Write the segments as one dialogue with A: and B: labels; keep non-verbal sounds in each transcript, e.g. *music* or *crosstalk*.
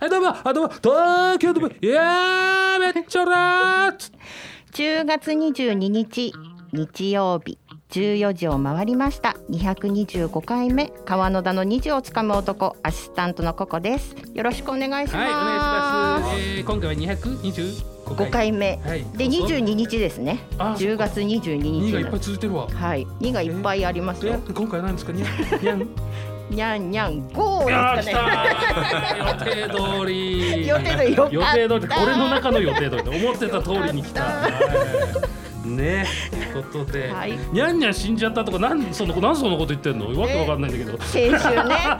A: はいどうもあどうも東京ドームいやーめっちゃらーっつって
B: 10月22日日曜日14時を回りました225回目川野田の2をつかむ男アシスタントのココですよろしくお願いします,、
A: はいお願いします、えー、今回は225回
B: 5回目、
A: はい
B: で22日ですね
A: あ
B: 10月22
A: 2
B: 日
A: がいっぱ
B: の
A: い続いてるわ
B: はい2がいっぱいあります
A: え
B: よ、
A: 今回は何ですかにゃんにゃん
B: にゃんにゃんゴ
A: *laughs*
B: ー
A: やー
B: です
A: 来
B: かね
A: たー予定通り
B: 予定通りよかった
A: 予定通りって俺の中の予定通りだ思ってた通りに来た
B: よか
A: はいねということで、
B: はい
A: にゃんにゃん死んじゃったとかなんそのなんそんなこと言ってんのわけわかんないんだけど
B: 先週ね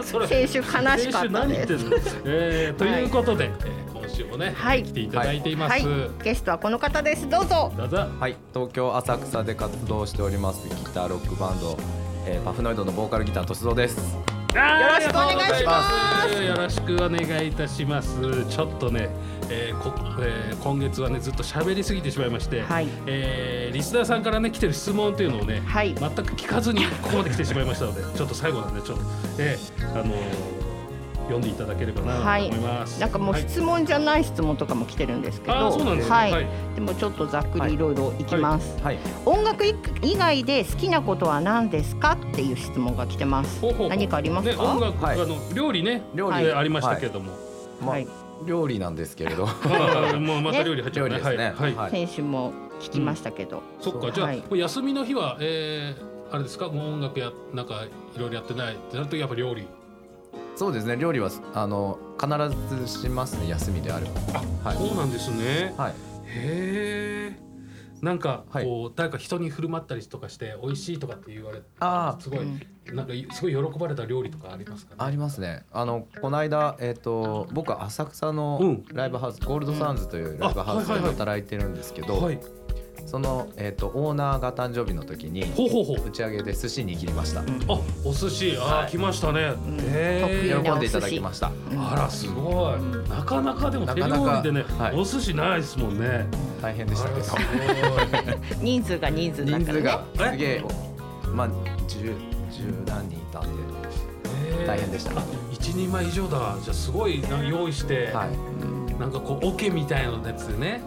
A: *laughs* それ
B: 先週悲しか
A: 先週
B: った
A: 何言
B: で
A: って
B: す
A: んの、えー、ということで、えー今週もね、
B: はい
A: 来ていただいています、
B: はいゲストはこの方ですどうぞ
A: どうぞ
C: はい、東京浅草で活動しておりますギターロックバンド、えー、パフノイドのボーカルギター敏郎です。
A: よ。
B: ろしくお願いします
A: よろしくお願いいたします。ちょっとね、えーこえー今月はねずっと喋りすぎてしまいまして、
B: はい
A: えーリスナーさんからね来てる質問というのをね、
B: はい
A: 全く聞かずにここまで来てしまいましたので、 *laughs* ちょっと最後なんでちょっと、えーあのー読んでいただければな
B: は
A: と
B: い
A: 思います。
B: なんかもう
A: はい
B: 質問じゃない質問とかも来てるんですけど、
A: あーそうなんですね
B: はい
A: はい
B: でもちょっとざっくりいろいろいきます、
C: はい、
B: 音楽以外で好きなことは何ですかっていう質問が来てます
A: ほうほうほう
B: 何かあります
A: ね、音
B: か、
A: 楽、
C: はい
A: あの料理ね、
C: 料
B: 理
A: でありましたけれども、
C: まあ、
B: はい
C: 料理なんですけれど、
A: あーもうまた料理入っちゃ
C: 料
A: う
C: 理ですね。
A: はい、はい、
C: い
B: 先週も聞きましたけど、
A: そっか、じゃあ、
B: はい
A: これ休みの日は、えー、あれですか、もう音楽や、なんか、いろいろやってないってなると、やっぱ料理。
C: そうですね、料理はあの必ずしますね、休みであれば。はい、
A: そうなんですね。
C: はい、
A: へえ。なんか、
C: はい
A: こう、誰か人に振る舞ったりとかして、美味しいとかって言われて。
C: あ
A: すごい、なんか、すごい喜ばれた料理とかありますか、
C: ありますね。あのこの間えっ、と僕は浅草
A: う
C: の
A: ん
C: ライブハウス、ゴールドサンズというライブハウス
A: あはいは
C: で
A: いはい
C: 働いてるんですけど、
A: はい。
C: そのえっ、とオーナーが誕生日の時に
A: ほうほうほう。
C: 打ち上げで寿司握りました。
A: あ、お寿司、あー、
C: はい
A: 来ましたね。
B: ん
A: へ
B: 得意
A: え
B: な。
C: 喜んでいただきました。
A: あら、すごい。
B: うん
A: なかなかでも、手
C: なかな
A: 料理
C: か
A: でね、
C: はい
A: お寿司ないですもんね。
C: 大変でした
A: あ
C: け
A: ら
C: ど
A: す。ごい。
B: 人数が人数だからね
C: 人数が
A: え
C: すげえまあ十十何人いたんで
A: えー
C: 大変でした
A: あ一人前以上だじゃあすごいなんか用意して、
C: は
A: なんかこうオケみたいなやつでね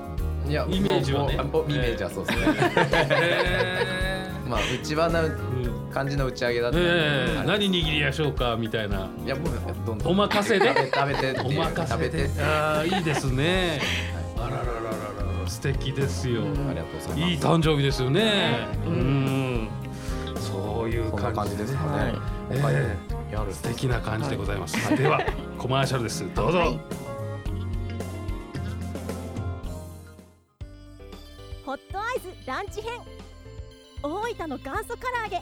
C: いいや
A: イメージはね
C: もうもうあおイメージはそうですね、 *laughs*
A: へー
C: まあうちは
A: *laughs*
C: な
A: うん
C: 感じの打ち上げだったんで、
A: えー
C: はい
A: 何握りやしょうかみたいない
C: やもうどんどん
A: お任せで
C: 食べ食べてっていう
A: お任
C: 食
A: せ
C: べて
A: で
C: って
A: ああいいですねあららららら素敵ですよ、
C: ありがとうございます
A: いい誕生日ですよねう
B: うんん、そういう
C: こんな感じですかね、
A: え
C: 他に
A: え
C: やる
A: 素敵な感じでございます、ではコマーシャルですどうぞ、
B: はい
D: ホットアイズランチ編大分の元祖唐揚げ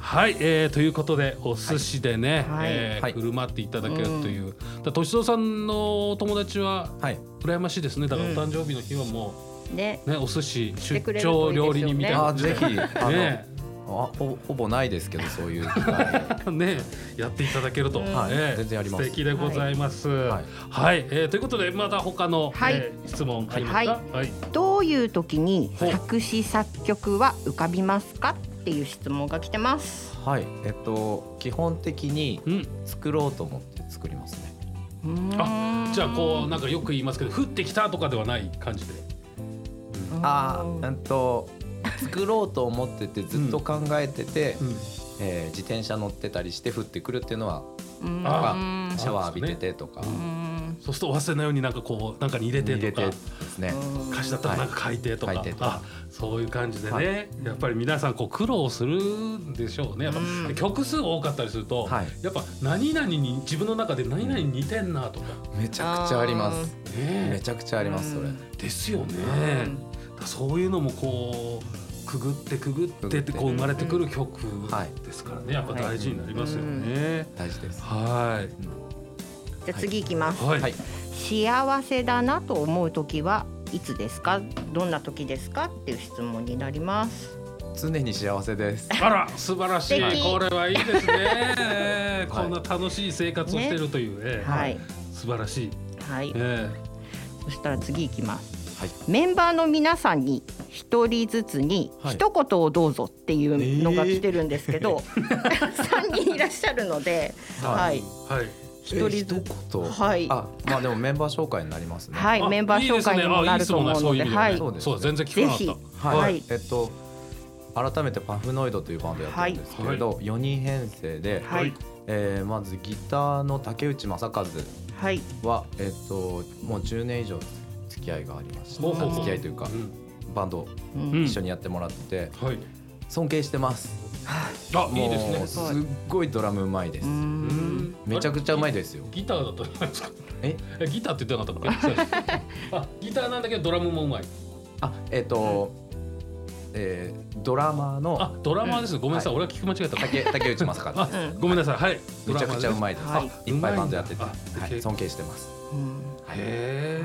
A: はい、えーということでお寿司でね、
B: はい
A: えー
C: はい
A: 振る舞っていただけるという、だとしさんのお友達は
C: はい
A: 羨ましいですねだからお
B: うん
A: 誕生日の日はも
B: ね
A: うねお寿司出
B: てくれる
A: 張
B: といいですよ
A: 料
B: ね
A: 理人みたい
C: あ
A: な
C: ーぜひあの、
A: ね
C: あほほぼないですけどそういう機
A: *laughs*
C: 会
A: ねやっていただけると、
B: うん
C: はい
A: えー
C: 全然やります
A: 素敵でございますは
C: はいい、
A: えーということでまた他の、
B: はい
A: えー質問ありますか
B: は
A: はい、
B: どういう時に
A: ほう
B: 作詞作曲は浮かびますかっていう質問が来てます
C: はいえっと基本的に
A: うん
C: 作ろうと思って作りますね
A: あじゃあこうなんかよく言いますけど降ってきたとかではない感じで
B: うん
C: あーなんと作ろうと思っててずっと考えてて、
A: うん
C: えー自転車乗ってたりして降ってくるっていうのは
B: うん
A: あ
C: シャワー浴びててとか
B: うん
A: そうすると忘れないようになんかこうなんかに入れて
C: 入
A: と
C: れて
A: か
C: ですね。
A: 歌詞だったらなんか書いてとか,、
C: はい書いてと
A: あ
C: か
A: そういう感じでね、
C: はい
A: やっぱり皆さんこう苦労するんでしょうねやっぱ
B: うん
A: 曲数多かったりすると、
C: はい
A: やっぱ何々に自分の中で何々に似てんなとか、
C: めちゃくちゃあります。め
A: ね
C: ちゃくちゃありますそれ
B: うん。
A: えですよね、
B: うん
A: だからそういうのもこうくぐってくぐってってこう
C: くぐって
A: 生まれてくる曲
C: はい
A: ですからね、やっぱ大事になりますよね。
C: 大事です。
A: はい、
B: じゃあ次いきます
A: はい、
C: はい。
B: 幸せだなと思う時はいつですかどんな時ですかっていう質問になります
C: 常に幸せです。
A: あら素晴らしい
B: 素敵
A: これはいいですねこんな楽しい生活をしてるというね
B: はい
A: 素晴らしい、
B: はい
A: え
B: そしたら次いきます
C: *laughs* はい。
B: メンバーの皆さんに一人ずつに
C: はい
B: 一言をどうぞっていうのが来てるんですけど、 *laughs* 三人いらっしゃるのではい
A: えはい
B: 一人ずつ
C: 言
B: はい
C: あ、まあでもメンバー紹介になりますね。。
B: はいい
A: あ
B: メンバー紹介にもなると思うの
A: いい
B: で
A: ですね
B: は
A: あいい
B: い
A: ですねそういう意味ではねそ
C: そうですね
A: う全然聞かな
B: ぜ
A: かっ
C: はい。
B: はい
C: えっと改めてパフノイドというバンドやってるんですけれど、4人編成で、
A: た
B: はい
C: えーまずギターの竹内正和
B: はい
C: はえっともう10年以上付き合いがありまし
A: ほうほう
C: た。付き合いというか
A: ん
C: バンド
B: う
A: うんん
C: 一緒にやってもらってて
A: はい
C: 尊敬してます。
A: あい
C: も
A: いうですね
C: すっごいドラムうまいで
B: う
C: す。
A: うんん
C: めちゃくちゃうまいですよ。
A: ギターだったじゃないですか
C: え
A: えギターって言ってなかったっ
C: *laughs*
A: けあギターなんだけどドラムもうまい
C: あ、えっ、と、えードラマーの
A: あドラマーですごめんなさい俺は聞き間違えた
C: 竹竹内まさか
A: あごめんなさいはい
C: めちゃくちゃう
A: い
C: まいです。
B: はい
C: いっぱいバンドやってて、
A: あ
C: はい、尊敬してます。
B: うん
C: はい
A: へ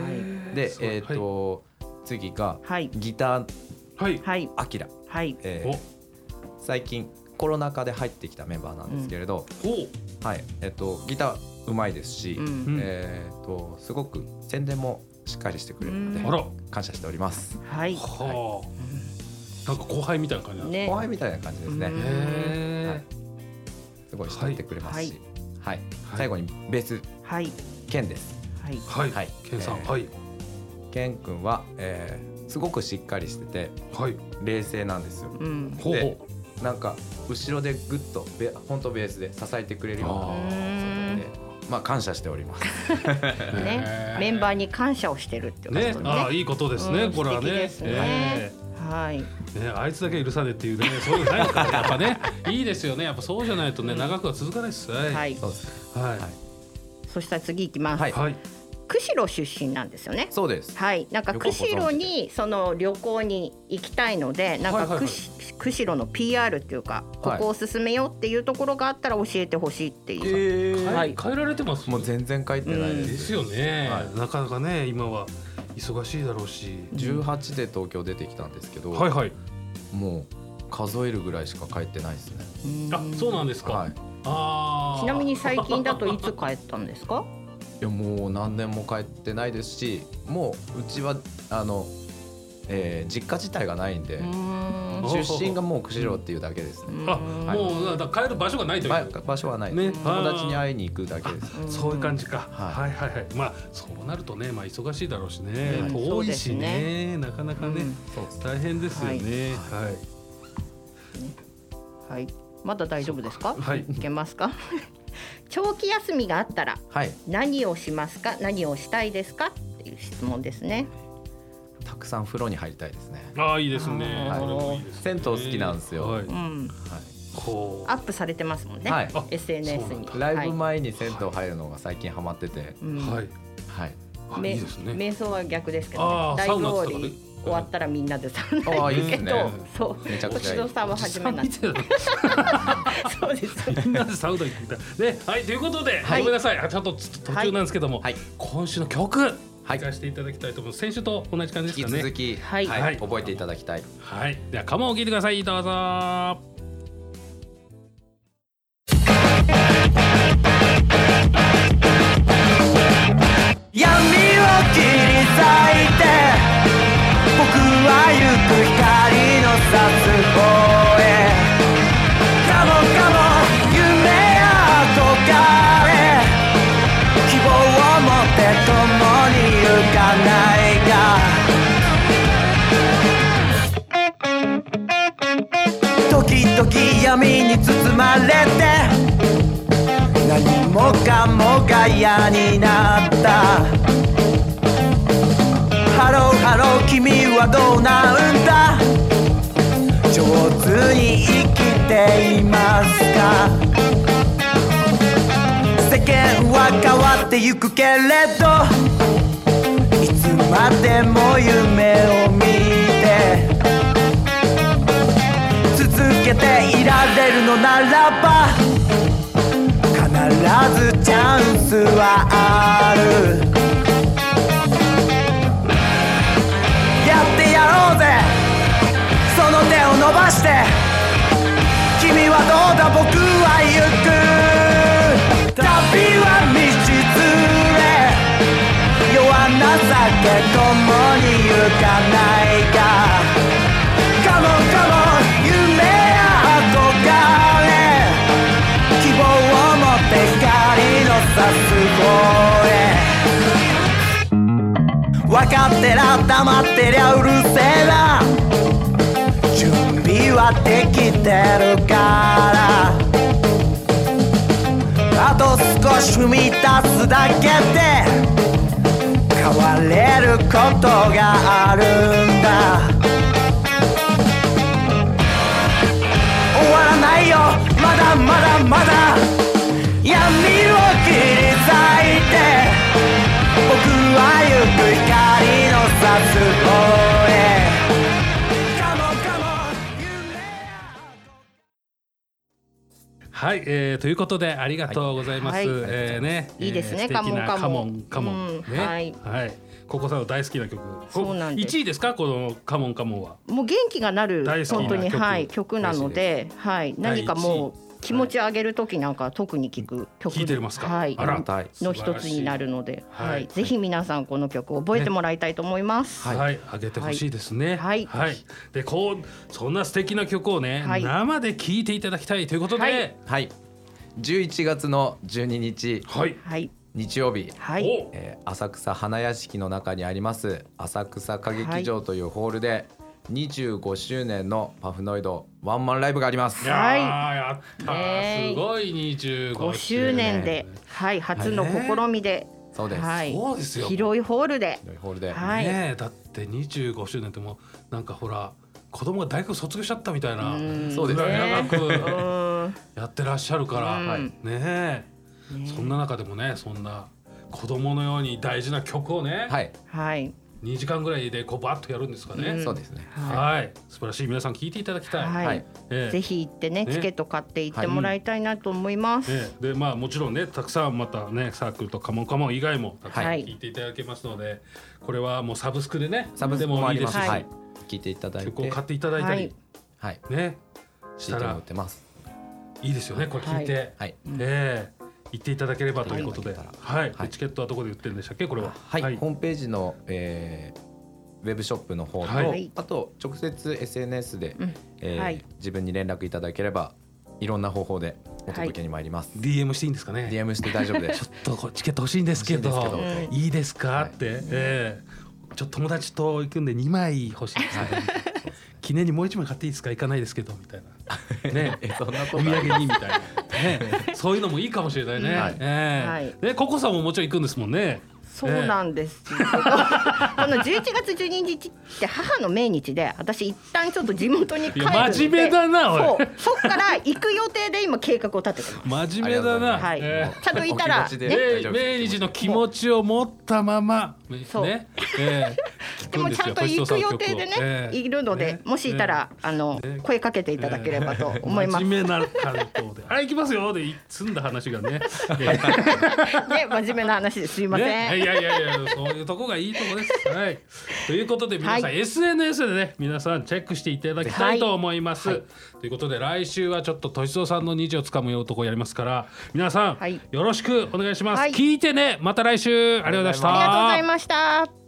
A: え
C: で、えっ、と、次が
B: はい
C: ギター
A: はい
B: はい
C: アキラ、
B: はい
C: えー
A: お
C: 最近コロナ禍で入ってきたメンバーなんですけれど、
A: お
C: はい、えっ、とギターうまいですし、
B: うん
C: えっ、とすごく宣伝もしっかりしてくれるので
B: うん
A: あ、らは
C: 感謝しております。
B: はい
A: あなんか後輩みたいな感じなんだ
B: ね
C: 後輩みたいな感じですね。
B: うん
A: へ
C: すごい慕ってくれますし、は
A: は
C: い、
A: い
C: 最後にベース
B: はい
C: ケンです。
B: はい
A: えはい、
C: はい
A: ケンさん、
C: えー
A: はい
C: ケン君は、えーすごくしっかりしてて
A: はい
C: 冷静なんですよ。
B: うん
A: ほうほ
C: なんか後ろでグッとべ本当ベースで支えてくれるような
A: あー
C: 存在で、まあ感謝しております。
A: う
B: ねメンバー
A: ー
B: に感謝をしてるってこと
A: ね
B: ですね
A: ああいいことですね、
B: うん
A: これは
B: 素敵
A: ね
B: ですね
A: え
B: はい
A: えねあいつだけ許さねえっていうねそういうのないからやっぱねいいですよねやっぱそうじゃないとね長くは続かないですはい
B: は
A: はい
B: い
C: そうです。
A: は
C: はい
B: そしたら次いきます、
C: はい
A: い、はい、
B: 釧路出身なんですよね
C: そうです。
B: はい、なんか
C: よくご存知で
B: 釧路にその旅行に行きたいのでなん
A: はいはい
B: か
A: はい
B: 釧釧路の PR っていうか、ここを進めようっていうところがあったら教えてほしいっていう、は
A: 変え
B: い
A: 変えられてます
C: もう全然書いてないで。
A: ですすよね、
C: はい
A: なかなかね今は忙しいだろうし、
C: 18で東京出てきたんですけど、
A: はいはい
C: もう数えるぐらいしか書いてないですね。
A: あそうなんんですか、
C: はい。
A: ああ
B: ちなみに最近だといつ帰ったんで
A: *laughs*
B: すか
C: いやもう何年も帰ってないですしもううちはあの、えー実家自体がないんで
B: う、ーん
A: あ
C: 出身がもう釧路っていうだけですね、
A: あ、
B: はい
A: もうだから帰る場所がないという、
C: まあ場所はないです、
A: ね
C: 友達に会いに行くだけです
B: うん
A: そういう感じか、
C: は
A: はい、はいはいまあそうなるとねまあ忙しいだろうしね、
B: うん
A: 遠いし
B: そうで
A: ねなかなかね、
B: うん
C: そうです
A: 大変ですよねはい
B: はいまだ大丈夫ですか
A: はい
B: いけますか *laughs* 長期休みがあったら
C: はい
B: 何をしますか何をしたいですかっていう質問ですね
C: たくさん風呂に入りたいですね、
A: ああいいですね
B: あー
A: それもいいですね
C: 銭湯好きなんですよ
A: はい
B: うん
C: は
A: こう
B: アップされてますもんね、
C: はい
A: あそ
B: SNS
A: うなん
B: に
A: だ
C: い、ライブ前に銭湯入るのが最近ハマってて、
B: うん
A: はい
C: はい、
A: あいいですね
B: 瞑想は逆ですけ
A: あ
B: ど、
A: あ
B: ね、ライブ終わ
A: サウナとかね
B: り終わったらみんなでサウナ
C: ああいい
B: 行くけ
C: です
B: ど、
C: ね
B: そう
C: めちゃくちゃいい
B: おさんは始めない
A: おじさんみたい
B: そうです
A: なみん *laughs* なでサウナ行ってみたいねはいということで、
B: はい
A: ごめんなさいあちょっとつ途中なんですけども、
C: はい
A: 今週の曲
C: はい
A: 聞かせていただきたいと思います、先週と同じ感じ
C: 引
A: で
C: き
A: すか
C: 続
A: ね
C: き、
B: はい
A: はい
C: 覚えていただきたい
A: はいではカモンを聞いてくださいどうぞ
E: 闇を切り裂いて僕は行く光のさす方へカモカモ夢や憧れ希望を持って共に行かないか時々闇に包まれて何もかもが嫌になったハローハロー君はどうなんだ上手に生きていますか世間は変わってゆくけれどいつまでも夢を見て続けていられるのならば必ずチャンスはある伸ばして君はどうだ僕は行く旅は道連れ弱な情けともに行かないか Come on come on 夢や憧れ希望を持って光の差す声分かってりゃ黙ってりゃうるせえな準備はできてるからあと少し踏み出すだけで変われることがあるんだ終わらないよまだまだまだ闇を切り裂いて僕は行く光のさす方へ Come on, come on, 夢
A: はい、えー、ということでありがとうございます。
B: はい
A: えーね、
B: いいですね
A: えー素敵な
B: カ
A: カ
B: モ
A: モ
B: ン
A: ン
B: カ
A: カ
B: モ
A: モ
B: ン
A: ン
B: うん
A: ね。
B: はい
A: はい。ここさんの大好きな曲。
B: そうなんです
A: 1位ですかこのカモンカモンは。
B: もう元気がなる
A: 大好きな
B: 本当に
A: 曲
B: はい曲なので、はい何かもう気持ち上げる時なんか特に聞く曲
A: 聴いてますか。
B: はい
A: あら。
C: はい
B: の一つになるので、
A: 晴らしい
B: は
A: はいい
B: ぜひ皆さんこの曲を覚えてもらいたいと思います。
A: はい、上げてほしいですね。
B: はい
A: で、こう、そんな素敵な曲をね、
B: はい
A: 生で聴いていただきたいということで。
B: は
A: はいい。
C: はい11月の12日
B: はい
C: 日曜日、
B: はい
A: お
C: えー浅草花屋敷の中にあります浅草歌劇場というホールで25周年のパフノイドワンマンライブがあります
A: いや
B: はい
A: ーやった
B: ね
A: ー
B: え
A: すごい25
B: 5
A: 周
B: 周年で、はい初の試みで、
C: そうです、
B: はい
A: そうですよ
B: 広いホー
A: *laughs*
B: ルで、
C: ホールで、
B: はい
A: ねえだって25周年ってもうなんかほら子供が大学卒業しちゃったみたいな
B: うん
C: そうです
A: ぐらい長
B: う
A: く
B: ーん
A: やってらっしゃるから、
B: うん
A: ねえそんな中でもねそんな子供のように大事な曲をね、
C: はい、
B: はい
A: 2時間ぐらいでこうバッとやるんですかね、
C: そうですね
A: はい素晴らしい皆さん聞いていただきたい、
B: はい、
C: はい
A: ええ
B: ぜひ行ってね
A: ね
B: チケット買って行ってもらいたいなと思います。
A: ええでまあもちろんねたくさんまたねサークルとカモンカモン以外もたくさん
B: はい
A: 聞いていただけますので、これはもうサブスクでね
C: サブスクもあります
A: で
B: はい
A: も
C: はいい、聞いていただい
A: 曲を
C: て
A: 買っていただいたり、
C: はい
A: ねし
C: CD
A: た
C: も売っ
A: ら
C: てます
A: いいですよねこれ聞いて、
C: はい
A: ええ行っていただければということで、
C: は
A: はいいで
C: はい
A: チケットはどこで売ってるんでしたっけこれは
C: はい、ホームページの、えーウェブショップの方と、
A: はい
C: あと直接 SNS で、
B: うん
C: えー
B: はい
C: 自分に連絡いただければいろんな方法でお届けに参ります、
A: DM していいんですかね
C: DM して大丈夫です
A: ちょっとこれチケット欲しいんですけど
C: 欲しいん
B: ですけど
A: うんいいですか、
C: はい
A: って、ええちょっと友達と行くんで2枚欲しいです、記念にもう1枚買っていいですか行かないですけどみたいなね
C: *laughs* えそんな
A: お
C: こと
A: 土
C: ない
A: 産にみたいな、ね、そういうのもいいかもしれないね、
C: はい
A: ええ
B: はい
A: でココさんももちろん行くんですもんね
B: そうなんです *laughs* よ。この11月12日って母の命日で、私一旦ちょっと地元に帰るので。
A: いや真面目だなおい
B: そう、そっから行く予定で今計画を立ててます。
A: 真面目だな、
B: はい
A: ええ
B: ちゃんといたら
C: お気持ちで
B: ね
A: ええ命日の気持ちを持ったまま、ね
B: そう
A: ねええ
B: でもちゃんと行く予定で
A: 聞くんすよ
B: ね、いるので、もしいた、ら、あの
A: ね
B: 声かけていただければと
A: ココ
B: 思
A: さ
B: い
A: ん
B: ま
A: の
B: す。
A: 曲をええね
B: ね、
A: 真面目な担当で「あ行きますよ」で済んだ話が
B: *laughs*
A: ね。ええ
B: 真面目な話ですいません。
A: ね、いやいやいやいやそういうとこがいいとこです。
B: *laughs*
A: はい、ということで皆さん、
B: はい
A: SNS でね皆さんチェックしていただきたいと思います。
B: はいはい
A: ということで来週はちょっととしぞうさんの虹をつかむ男やりますから皆さん、
B: はい
A: よろしくお願いします。
B: はい
A: 聞いてねまた来週ありがとうございました。
B: ありがとうございました。